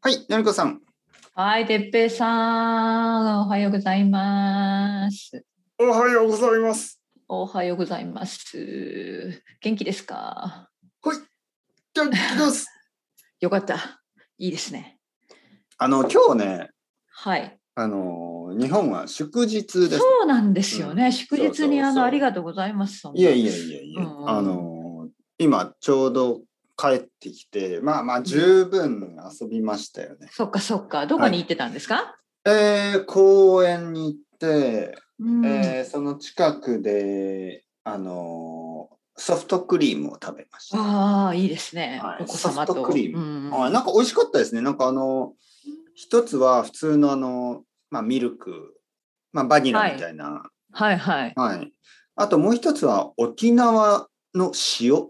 はい、成子さん。はい、てっぺいさん、おはようございます。おはようございます。おはようございます。元気ですか元気です。よかった。いいですね。あの、今日ね、はい。あの、日本は祝日です。そうなんですよね。祝そうそう日にあそうのありがとうございます。そんないやいやいやいや、うんあの、今ちょうど帰ってきて、まあまあ十分遊びましたよね。そっかそっか。どこに行ってたんですか、えー、公園に行って、うんえーその近くで、あの、ソフトクリームを食べました。ああ、いいですね。はいお子様と。ソフトクリームうんあなんか美味しかったですね。なんかあの、一つは普通のあの、まあ、ミルク、まあ、バニラみたいな、はいはい。はい。あともう一つは沖縄の塩。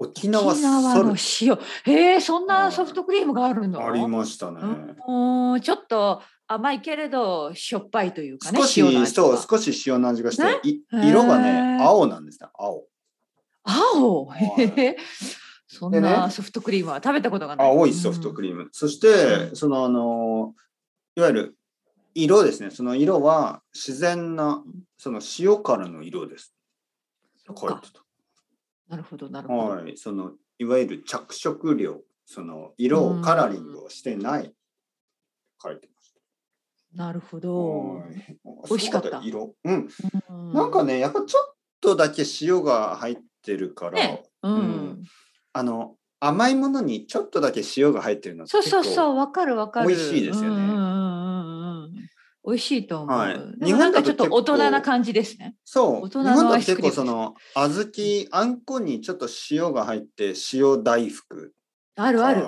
沖縄沖縄ソのル塩。へえ、そんはないソフトクリームがあるのありましたね。うんちょっと甘いけれどしょっぱいというかね少塩のし、味がそう、少し塩の味がして、ねいへー色がね、青なんですね、青。青、はいへへそんでなねソフトクリームは食べたことがない青いソフトクリーリーム。そして、うんそのあの、いわゆる色ですね、その色は自然な、その塩からの色です。ム書いてたなるほどなるほど、はい、そのいわゆる着色料、その色うをんカラーリングをしてない。書いてました。なるほはど、い美味しかったすご色。うん、うんなんかね、やっぱちょっとだけ塩が入ってるから、ねうん、うんあの甘いものにちょっとだけ塩が入ってるのってそう結そ構。うそうわかるわかる美味しいですよねうんうんうんうん美味しいと思う、はい日日本本かだちとょっと大人な感じですねそう大人日の本だアとイス結クリーム構その小豆あんこにちょっと塩が入って塩大福あとるかある、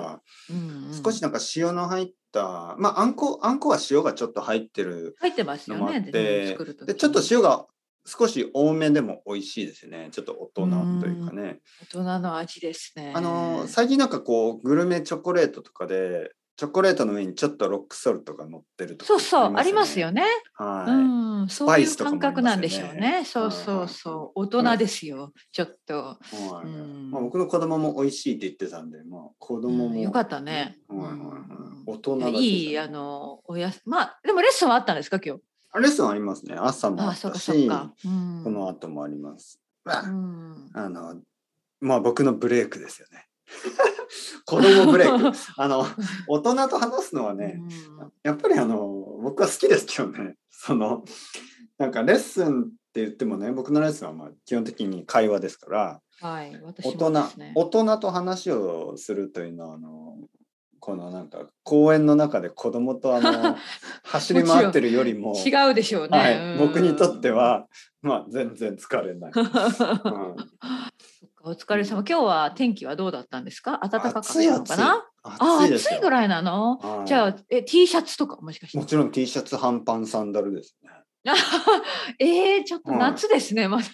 うんうん少しなんか塩の入ったまああんこあんこは塩がちょっと入ってる入ってますよのもあねっ全部て作る時でちょっと塩が少し多めでも美味しいですねちょっと大人というかね大人の味ですねあの最近なんかこうグルメチョコレートとかでチョコレートの上にちょっとロックソルトが乗ってるとかそうそう、ありますよねね。はうん、スパそういイうスとかも感あ覚りなますよねんでしょうね。そうそうそう、大人ですよ。ちょっと、い、はういんまあ、僕の子供も美味しいって言ってたんで、まあ、子供も、うんよかったね。はいはいはいうん大人いだやけじゃないいあのおやすまあでもレッスンはあったんですか今日。あレッスンありますね朝もあああっそうたかそうしか。うんこの後もあります、うんあの、まあ僕のブレイクですよ ね。子供ブレイク。あの、大人と話すのはね、うんやっぱりあの、僕は好きですけどね、その、なんかレッスンって言ってもね、僕のレッスンはまあ基本的に会話ですから、はい私大人、もですね。大人と話をするというのは、あの、このなんか公園の中で子供とあ の走り回ってるよりも違うでしょうね。はい、うん僕にとって。はまあ全然疲れない、そっかうんお疲れ様。今日は天気はどうだったんですか？暖かかった暑いの暑かいな？あ暑いです暑よいぐらいなの？はいじゃあえ T シャツとかもしかしてもちろん T シャツ半パンサンダルですね。えー、ちょっとはい夏ですね、まだ。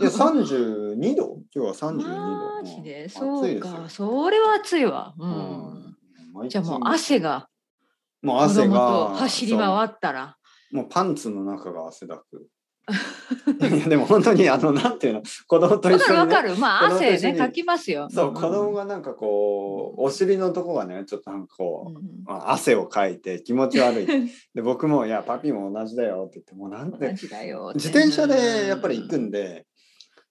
いや32度今日は32度。マジで、うんそう暑いか、ですそれは暑いわ。うよん。うんじゃあもう毎日汗がもう子汗供がと走り回ったら。そうもうパンツの中が汗だく。いやでも本当にあのなんていうの子供と一わかる緒わにかね、る。まあ子供と一緒汗にね、かきますよ。そう子供が。がなんかこうお尻のとこがねちょっとなんかうこんう、あ汗をかいて気持ち 悪いで僕もいやパピも同じだよって言ってもうなん同てじだよ自転車でやっぱり行くんだ。で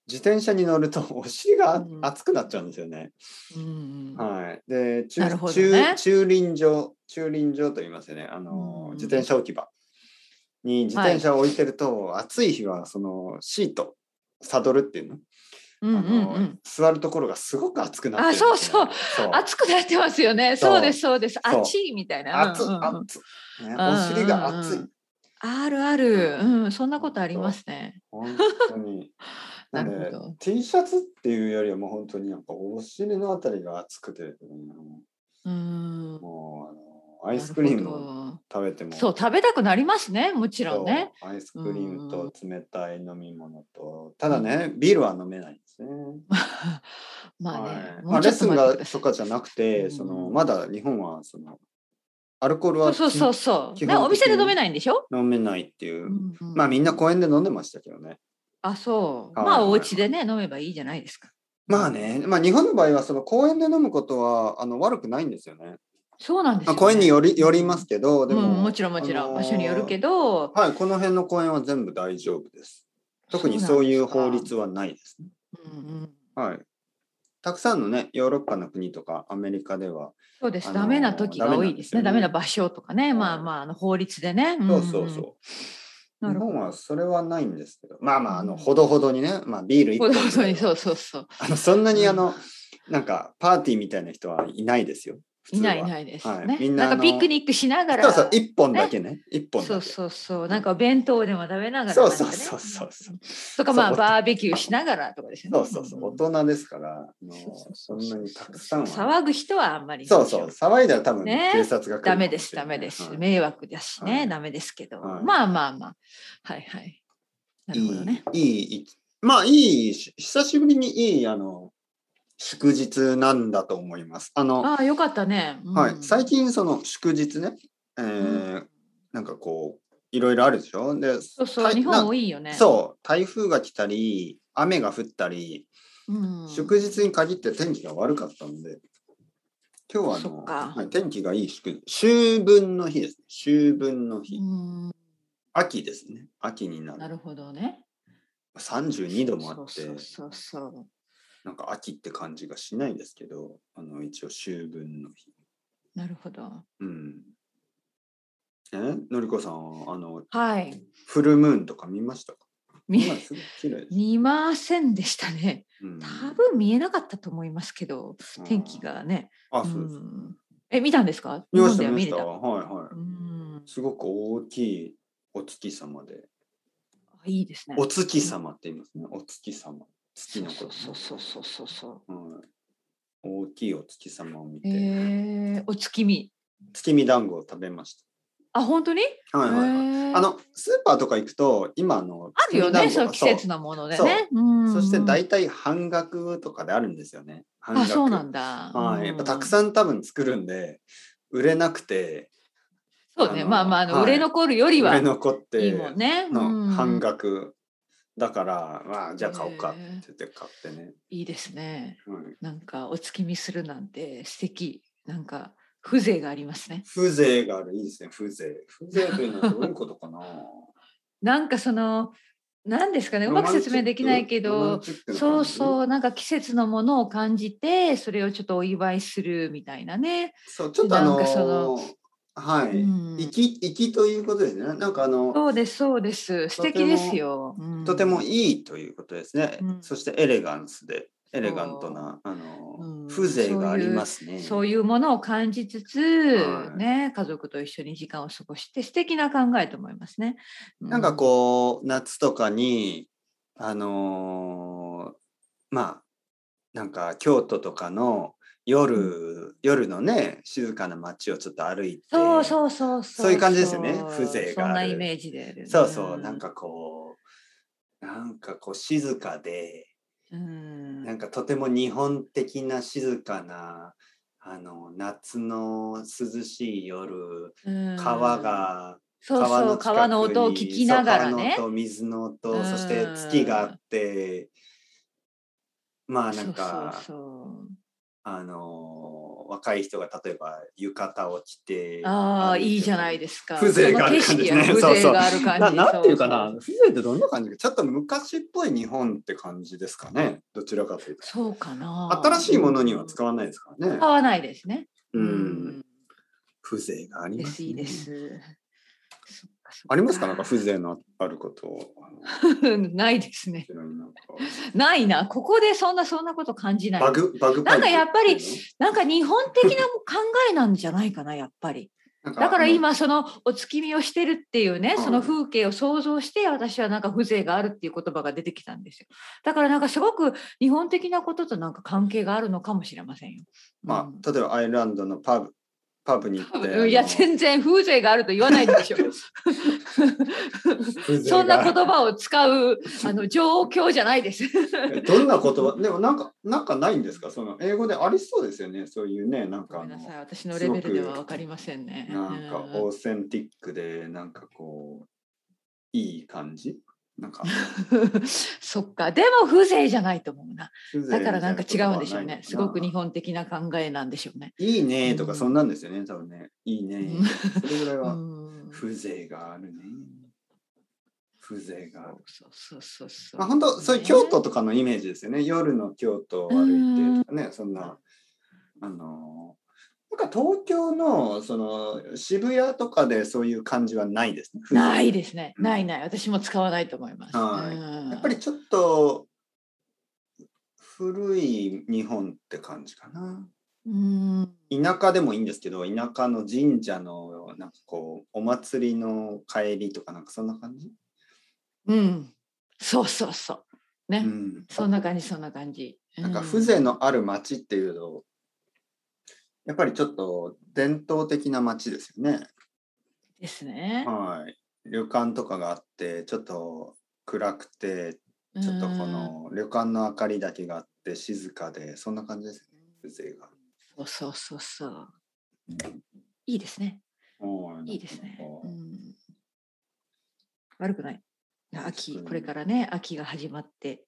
自転車に乗るとお尻がうん熱くなっちゃうんですよね。うんはい、で駐なるほどね駐駐輪場駐輪場と言いますよねあの、うん自転車置き場に自転車を置いてると、暑い日はそのシートサドルっていうの,、うんうあんうのん。座るところがすごく熱くなってるんですよね、そう暑くなってますよね。そうそうです、そうです。そう暑いみたいな。熱うんうんうん熱ねお尻が熱い、あるある。うん、そんなことありますね。本当に ななんるほどで T シャツっていうよりはもう本当になんかお尻のあたりが熱くて、うん。もうあのアイスクリームをム。食べてもそう食べたくなりますねもちろんねそうアイスクリームと冷たい飲み物とただねビールは飲めないんですね。 まあね、はいもまあ、うちレッょっとスン待っがてくださといかじゃなくうてんそのまだ日本はそのアルコールそはうそうそうそう基ね本的にお店で飲めないんでしょ、飲めないっていうう、んうんまあみんな公園で飲んでましたけどね。あそうはいまあお家でね飲めばいいじゃないですかまあね、まあ、日本の場合はその公園で飲むことはあの悪くないんですよね。そうなんですまよ、あ、ね。公園によりよりますけど、でうも、ん、もちろんもちろん、あのー場所によるけど、はい、この辺の公園は全部大丈夫です。特にそういう法律はないですね。うんうん、はい。たくさんのね、ヨーロッパの国とかアメリカでは、そうです、あのーダメな時が多いですねダダメメななん場所とかね、まあはいまああの法律でね、そうそうそうう。んう日ん、なるほ本はそれはないんですけど、まあまあ、あうの、んほどほどにね、まあビール一ど本そうそぐうらいはそうそうそう あのそんなにあうの、なんかパーティーみたいな人はいないですよ。いないいい。ないです、はいねみんななんあのかピクニックしながらそうそう、一本だけね。一本だけ。そうそうそうなんかお弁当でも食べながらそうなんかそうねそうそうそう。とかまそあうバーベキューしながらとかですよねそうそうそう。ん大人ですから、あのそそうそうんなそうにたくさんは。騒ぐ人はあんまりそうそう。騒いだら多分ね警察が来るかもしれない。ダメですダメです、はい迷惑だしね、はいダメですけど、はいまあまあまあはいはいなるほどねいい、いい、まあいい、し久しぶりにいい、あの、祝日なんだと思います。あの、ああよかったね、うんはい、最近その祝日ね、えーうんなんかこう、いろいろあるでしょで、そうそう、た日な本多いよね。そう、台風が来たり、雨が降ったり、うん。祝日に限って天気が悪かったので、今日はあその、っかはい、天気がいい祝日、秋分の日ですね。秋分の日。うん秋ですね。秋にななる。るほどね。 32度もあって。そうそうそうそう。なんか秋って感じがしないですけど、あの一応秋分の日。なるほど。うん。え、のりこさんは、あのはい。フルムーンとか見ましたか。見今すごい綺麗です。見ませんでしたね。うん多分見えなかったと思いますけど、天気。がね。あ、うそうです。ん、え、見たんですか見ました、日本見まではした。れはい、はた。うんい。。すごく大きいお月様で。あいいですね。お月様って言いますね。お月様。月のこと。そうそうそうそうそう。うん。大きいお月様を見えて、ー、お月見。月見団子を食べましあ、本当に、た。はい、はい、はい。えーあのスーパーとか行くと、今あの。あるよ月ね、見そ団子の季そう節のものでね。うんそして大体半額とかであるんですよね。半あ、額そうなんだ。はい、やっぱたくんさん多分作るんで売れなくてそうね、あのまあまああの、はい売れ残るより売はれい残っていもんね。の半が額だから、まあじゃあ買おうかってへえ言って買ってね、いいですね。はい、なんかお月見するなんて素敵なんか風情がありますね。風情があるいいですね風情風情というのはどういうことかななんかその何です かねうまく説明できないけど。そううそうなんか季節のものを感じてそれをちょっとお祝いするみたいなね。そうちょっとあのなんかそのはういん粋きということですねなんかあのそうですそうです素敵ですよ。うんとてもいいということですね。うんそしてエレガンスで、エレガントな、あうの、ん風情がありますね。そういうものを感じつつ、はいね家族と一緒に時間を過ごして素敵な考えと思いますね。なんかこう、夏とかに、あのーまあ、なんか京都とかの夜、夜のね、静かな街をちょっと歩いて。そうそうそうそう。そういう感じですよね風情があるそんなイメージである、そうそうなん、かこう、なんかこう静かで、うん、なんかとても日本的な静かなあの夏の涼しい夜うん川、が、そう川そう、近く川の音を聞にきながらねそう。川の音水の音、うんそして月があってまあなんかそうそうあの若い人が例えば浴衣を着てそうああ、いいじゃないでですか。風情がある感じですねその景色や風情があるな感じ。なんていうかそなうそう風情ってどんな感じかちょっと昔っぽい日本って感じですかねどちらかというとそうかな。新しいものには使わないですからね使わないですね。うん、風情がありでます、す、ね。いいです。そっかそっありますかなんか風情のあることを。あの ないですねち。なみになんかないな。ここでそんなそんなこと感じない。バグ、バグパイプていうのなんかやっぱり、なんか日本的な考えなんじゃないかな、やっぱり。だから、今、そのお月見をしてるっていうね、うんその風景を想像して、私はなんか風情があるっていう言葉が出てきたんですよ。だからなんかすごく日本的なこととなんか関係があるのかもしれませんよ。まあ、例えばアイルランドのパブ、パブに行っうんて。 いや、あの全然風情があると言わない でしょ。 風情そんなが言葉を使 うあの状況じゃないです。どんな言葉でもなんか、なんかないんですかその英語でありそうですよね。そういうね、なんかごあめんなのさい、私のレベルでは分かりませんね。なんかうんオーセンティックで、なんかこう、いい感じなんか そっかでも風情じゃないと思うなだだからなんか違うんでしょうねすごく日本的な考えなんでしょうね。いいねとうかんそんなんですよね、多分ねいいねうんそれぐらいうはん風情があるね風情があるそうそうそうそう。まあ本当そういう京都とかのイメージですよね夜の京都を歩いてとかねそんなあのなんか東京のその渋谷とかでそういう感じはないですね風情ないですね。うんないない。私も使わないと思います。はいうんやっぱりちょっと古い日本って感じかなうん。田舎でもいいんですけど田舎の神社のなんかこうお祭りの帰りとかなんかそんな感じ、うん。そうそうそう。ね。うん、そんな感じそんな感じ。なんかう風情のある町っていうと、やっぱりちょっと伝統的な町ですよね。ですね。はい。旅館とかがあって、ちょっと暗くて、ちょっとこの旅館の明かりだけがあって静かで、そんな感じですよね、風情が。うん。そうそうそうそう。いいですね。はいいいですねなんか。うん、悪くない。確秋かにこれからね秋が始まって。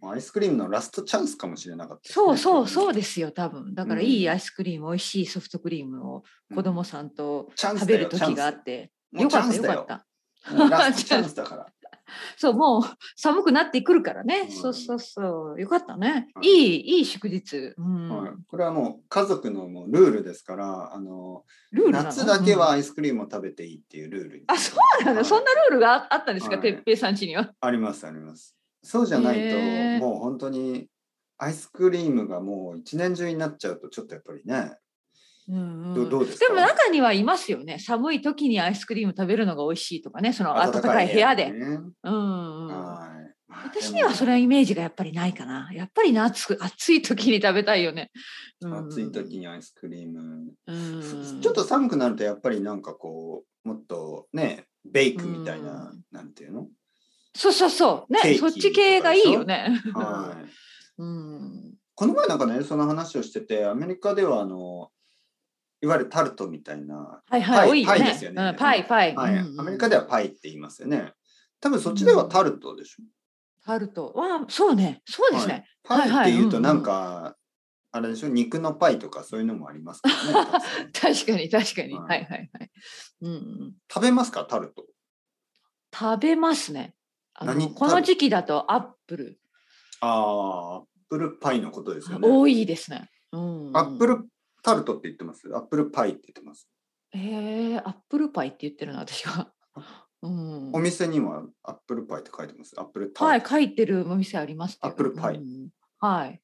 アイスクリームのラストチャンスかもしれなかったですね、そうそうそうでですよ多分だからうんいいアイスクリーム、美味しいソフトクリームを子供さんとチャン食スべだるよ時があって、もようチかャっンたスよだかよったも うラストチャンスだから。そうもう寒くなってくるからうね、んそうそうそうよかったね、はいい、いいい祝日、うんはい、これはもう家族のもうルールですから、あのルールなの夏だけはうんアイスクリームを食べていいっていうルールにあそうなの、はい そんなルールがああったんですかはい哲平さん家にはありますありますそうじゃないと、へーもう本当にアイスクリームがもう一年中になっちゃうとちょっとやっぱりねうんうどんどうですかでも中にはいますよね寒い時にアイスクリーム食べるのが美味しいとかねその暖かい部屋で、ねうんうん、はい私にはそれはイメージがやっぱりないかな。やっぱり夏暑い時に食べたいよね。でも暑い時にアイスクリーム、うん、ちょっと寒くなるとやっぱりなんかこうもっとねベイクみたいな、うんなんていうの、そうそうそうケーねキそっち系がいいよね。はいうん、この前なんかねその話をしててアメリカではあのいわゆるタルトみたいなはいはい多いよパイね。ですよねうんパイパイ。はい、うんアメリカではパイって言いますよね。多分そっちではタルトでしょ。タルトはそうねそうですね。パはいはイい。っていうとなんか、あれでしょ肉のパイとかそういうのもありますからねたくさん 確かに確かに、ははいい、はいはいうんうん。食べますかタルト？食べますね。あ何の食べこの時期だとアップル、ああアップルパイのことですよね。多いですね。うんうんアップルタルトって言ってます。アップルパイって言ってます。えー、アップルパイって言ってるな私 は。うんお店にはアップルパイって書いてます。アップルタはルい、ト。書いてるお店ありますけどアップルパイうんはい。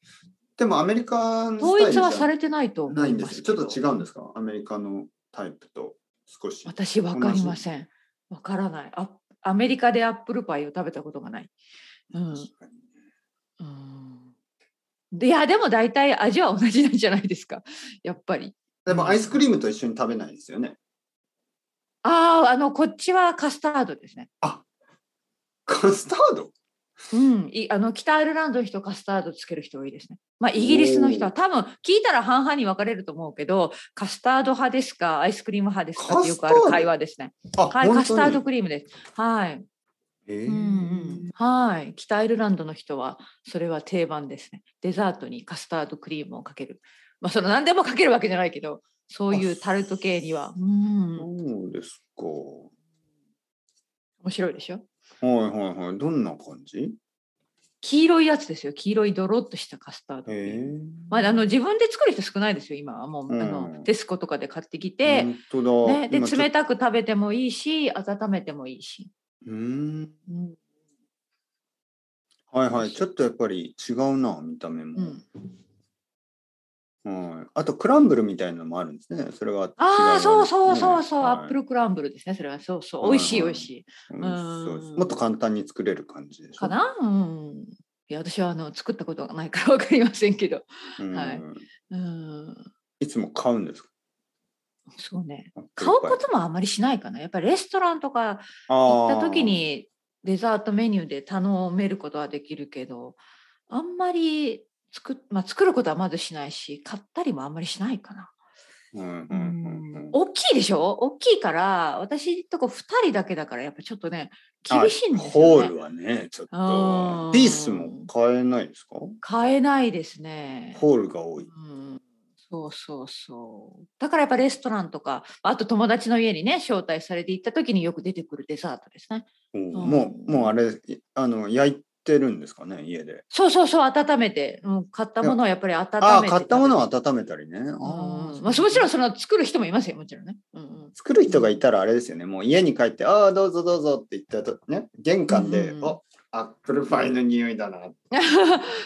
でもアメリカの統一はじゃされてないと思ないいんでますすよ。ちけょど。っと違うんですか？アメリカのタイプと少し。私わかりません。わからない。あ、アメリカでアップルパイを食べたことがない。うん。確かにうん。でいやでも大体味は同じなんじゃないですか。やっぱり。でもアイスクリームと一緒に食べないですよね。あああのこっちはカスタードですね。カスタードうん。いあの北アイルランドの人カスタードつける人多いですね。まあイギリスの人は多分聞いたら半々に分かれると思うけど、カスタード派ですかアイスクリーム派ですかってよくあカスターるド会話ですね。あは本い、当カにスタードクリームです。はい、えうんうん、はい、北アイルランドの人はそれは定番ですね。デザートにカスタードクリームをかける。まあその何でもかけるわけじゃないけど、そういうタルト系には、うん、面そうですか。白いでしょ。はいはいはい。どんな感じ黄色いやつですよ。黄色いドロッとしたカスタードクリーム。まああの自分で作る人少ないですよ。今はもう、あうんのデスコとかで買ってきて、本当だ。ね、で今ちょ冷たく食べてもいいし、温めてもいいし。うーん。うん、はいはい。ちょっとやっぱり違うな、見た目うも。ん、はい。あと、クランブルみたいなのもあるんですね。それは違う。ああ、そうそうそうそう、ねアップ。ルクランブルですね。それはそうそう、はいはい美味しい美味しい。はい美味しそうですうんもっと簡単に作れる感じでしょ。かな、うん、いや私はあの作ったことがないから分かりませんけど、うんはいうん、いつも買うんですかそうね買うことともあまりしないかなやっぱりレストランとか行った時。にデザートメニューで頼めることはできるけどあんまり作,、まあ、作ることはまずしないし買ったりもあんまりしないかな。あうんうんうんうん大きいでしょ大きいから私とこ2人だけだからやっぱちょっとね厳しいんですホよーねルはね、ちょっとあー。ピースも買えないですか買えないですねホールが多い。うんそうそうそうだからやっぱレストランとかあと友達の家にね招待されて行った時によく出てくるデザートですねおーもう、もうあれ、いあの、焼いてるんですかね、家で。そうそうそう温めて、うん、買ったものはやっぱり温めてああ、買ったものをは温めたりね。あうんーまあ、そうもちろんその作る人もいますよもちろんね、うんうん、作る人がいたらあれですよね、もう家に帰って、ああ、どうぞどうぞって言ったとね、玄関で、うんおアップルパイの匂いだな。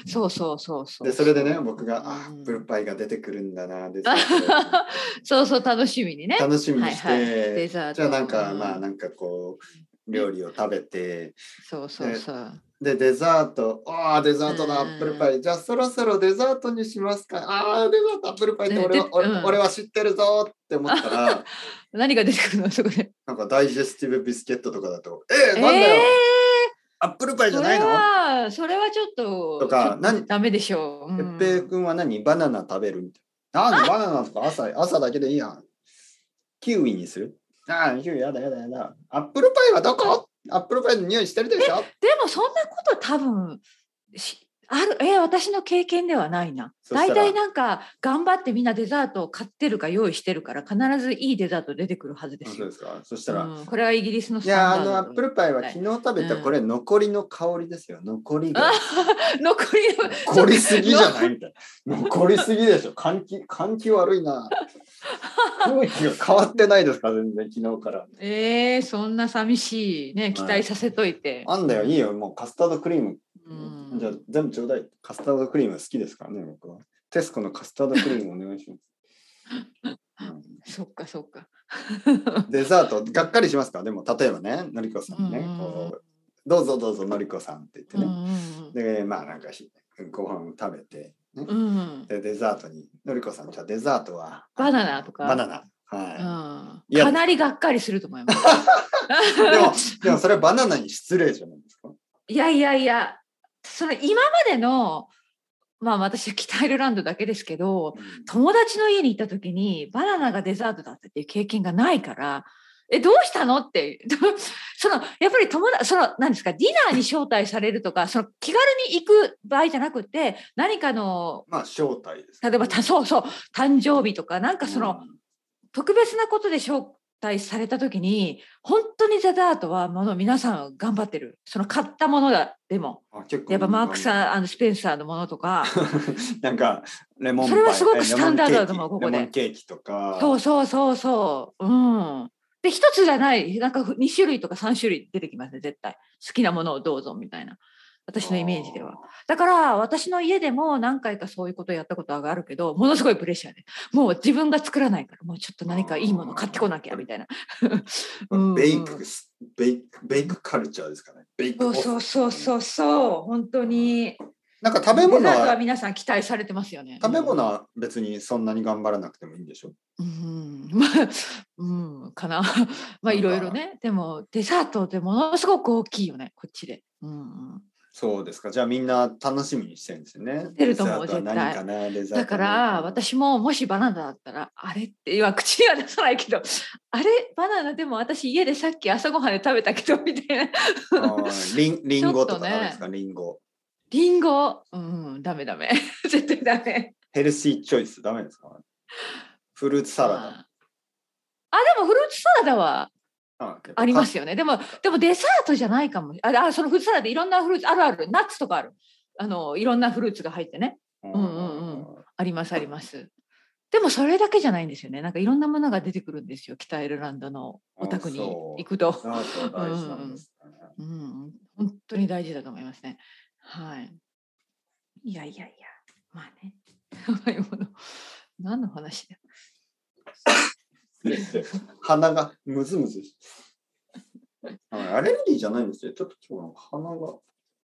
そうそうそうそう。で、それでね、僕が、あアうんップルパイが出てくるんだな、出てくるんだな そうそう、楽しみにね。楽しみにして、はいはいデザートじゃあなんか、まあなんかこう、料理を食べて、そうそうそう。で、デザート、ああ、デザートのアうんップルパイ、じゃあそろそろデザートにしますか。ああ、デザートアップルパイって俺はで、俺うん俺は知ってるぞって思った ら、何が出てくるの、そこで。なんかダイジェスティブビスケットとかだと、ええー、なんだよ、えアップルパイーじそゃないれのは、それはちょっと。とかちょっ何ダメでしょう。う哲ん平君は何バナナ食べるみたいな。なんでバナナとか朝朝だけでいいやん。キウイにするああ、キウイやだやだやだ。アップルパイはどこアップルパイの匂いしてるでし ょでも、そんなこと、多分。しあるえー私の経験ではないなそしたら大体なんか頑張ってみんなデザートを買ってるか用意してるから必ずいいデザート出てくるはずであすそうよですか。そしたら、うんこれはイギリスのスいやタあンダードのアップルパイは昨日食べたうんこれ残りの香りですよ。残りが。 残りの残りすぎじゃないみたいな。残りすぎでしょ。換気、換気悪いな。空気が変わってないですか全然昨日から。 えー、そんな寂しいね期待させといて、あんだよ、いいよ。もうカスタードクリームうんじゃあ全部ちょうだい。カスタードクリーム好きですからね、僕は。テスコのカスタードクリームお願い します。うんそっかそっか、デザート、がっかりしますかでも、例えばね、のりこさんね、うんこうどうぞどうぞのりこさんって言ってうんうね。んで、まあなんかひご飯を食べて、ねうんうんで、デザートに、のりこさん、じゃあデザートはバナナとかバナナ。はういんやかなりがっかりすると思いますい。 でも、でもそれはバナナに失礼じゃないですか。 いやいやいやその今までのまあ私は北アイルランドだけですけど友達の家に行った時にバナナがデザートだったっていう経験がないからえどうしたのって そのやっぱり友達その何ですかディナーに招待されるとかその気軽に行く場合じゃなくて何かのまあ、正体です。例えばたそうそう誕生日とかなんかその、うん特別なことで招待された時に本当にデザートはもの皆さん頑張ってるその買ったものだでもあ結構やっぱマークさんあのスペンサーのものとかなんかレモンそれはパイすごくえスタンダードだと思うレモンここでレモンケーキとかそうそうそうそううんで一つじゃないなんか2種類とか3種類出てきますね絶対好きなものをどうぞみたいな私のイメージではだから私の家でも何回かそういうことやったことがあるけどものすごいプレッシャーでもう自分が作らないからもうちょっと何かいいもの買ってこなきゃみたいなあーベイクスベイクベイクカルチャーですかねベイクそオうフそうそうそうそう本当になんか食べ物デザートはは皆さん期待されてますよね食べ物は別にそんなに頑張らなくてもいいんでしょうんまあうんかな まあいろいろねでもデザートってものすごく大きいよねこっちでうんそうですかじゃあみんな楽しみにしてるんですよねてると思うデザートは何かなデザートだから私ももしバナナだったらあれって今口には出さないけど あれバナナでも私家でさっき朝ごはんで食べたけどみたいな私リンリンゴとちかょっとねダメですか、リンゴ リンゴうんダメダメ 絶対ダメヘルシーチョイスダメですかフルーツサラあでもフルーツサラダはダあありますよよね。でも、でもデザートじゃないかも。あ、あそのフルーツサラダいろんなフルーツ、あるある、ナッツとかある。あの、いろんなフルーツが入ってね。うんうんあります、あります。でもそれだけじゃないんですよね。なんかいろんなものが出てくるんですよ。北アイルランドのお宅にあそう行くと。デザートは大事なんですね、うん、本当に大事だと思いますね。はい。いやいやいや、まあね。甘いもの何の話だ鼻がムズムズしはいアレルギーじゃないんですよ。ちょっと今日の鼻が。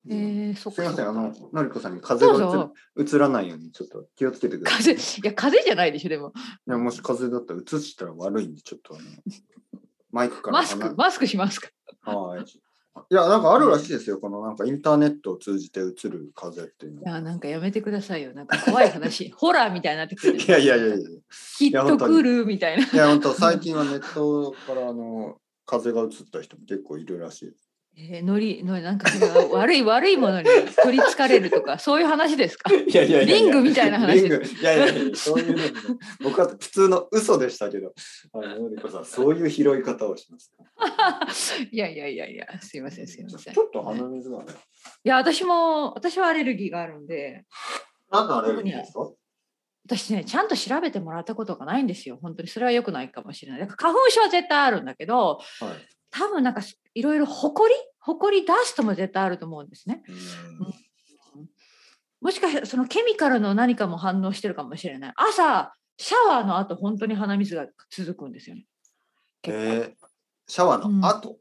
えー、そっすかみまそっせん、あのか。、のりこさんに風どう邪がうぞ。つうつらないようにちょっと気をつけてください。い風邪、いや、風邪じゃないでしょ、でも。やもし風邪だったらうつしたら悪いんで、ちょっとあの、マイクから マスク、マスクしますか鼻はい。いや、なんかあるらしいですよ。このなんかインターネットを通じて映る風っていういのは。やなんかやめてくださいよなんか怖い話 ホラーみたいになってくるいやいやいやいや。いきっと来るみたいなや、本当最近はネットからあの風が映った人も結構いるらしいです。えー、のりのりなんかそれは悪い悪いものに取りつかれるとかそういう話ですか いやいやいやリングみたいな話リングいやいやいや、そういうのもね僕は普通の嘘でしたけど、あの、のりこさん、そういう拾い方をします。いやいやいやいやすいませんすいませんいちょっと鼻水がね。や私も私はアレルギーがあるんで何のアレルギーですか私ねちゃんと調べてもらったことがないんですよ本当にそれは良くないかもしれないだから花粉症は絶対あるんだけどはい。多分なんかすいろいろほこりほこりダストも絶対あると思うんですねうんもしかしたらそのケミカルの何かも反応してるかもしれない朝シャワーの後本当に鼻水が続くんですよねえ結構ーシャワーの後、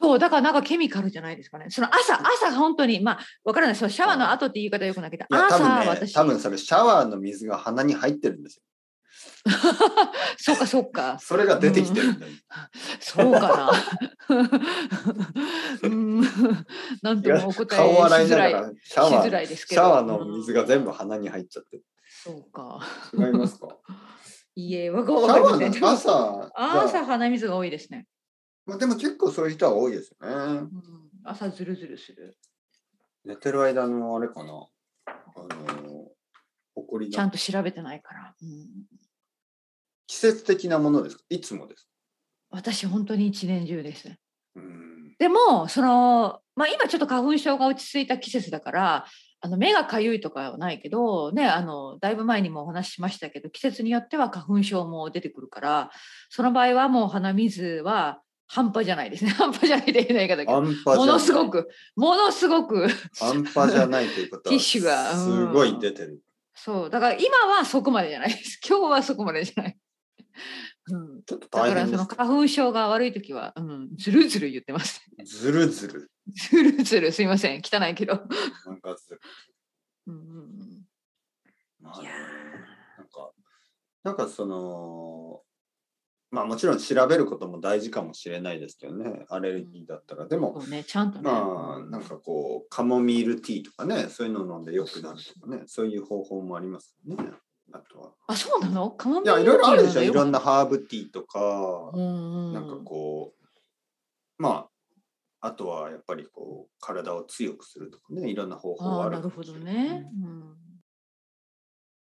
そう、だからなんかケミカルじゃないですかね。その朝、朝本当に、まあ、わからない。そう、シャワーの後って言い方よくないけど、いや多朝、分ね私、多分それシャワーの水が鼻に入ってるんですよ。そうか、そうか、それが出てきてるんだよ。そうか な。うん、なんともお答え顔洗いしながづらい。らシャしワづーらいですけシャど。ワーの水が全部うん。鼻に入っちゃってるそうか。違います かいいえ、わシかャわかりワませんーの朝が朝、鼻水が多いですね。まあ、でも結構そういう人は多いですよねうん、朝、ズルズルする。寝てる間のあれかなあの怒りちゃのんと調べてないから。うん季節的なものですかいつもですか私、本当に一年中ですね。うんでもその、まあ、今ちょっと花粉症が落ち着いた季節だからあの目がかゆいとかはないけど、ね、あのだいぶ前にもお話ししましたけど季節によっては花粉症も出てくるからその場合はもう鼻水は半端じゃないですね 半端じゃないできない言い方だけど半端じゃないものすごくものすごく半端じゃないということはティッシュがうんすごい出てるそうだから今はそこまでじゃないです今日はそこまでじゃない。うん、ちょっとだか大ら変そでの花粉症が悪い時は、うん、ずるずる言ってます。 すずるずるずるずるすいません汚いけど。 なんかずるうんうんうんまあいねやなんか、なんかその、まあもちろん調べることも大事かもしれないですけどね、アレルギーだったら。でも、そうね、ちゃんとね。まあなんかこう、カモミールティーとかね、そういうの飲んで良くなるとかね、そういう方法もありますよね。あとは。あ、そうなのカモミいーや、ルいろいろあるでしテょ、ィいーなろのんなハーブティーとか、うんうん、なんかこう、まあ、あとはやっぱりこう、体を強くするとかね、いろんな方法あはああー、るなるかもほしどれないね。うん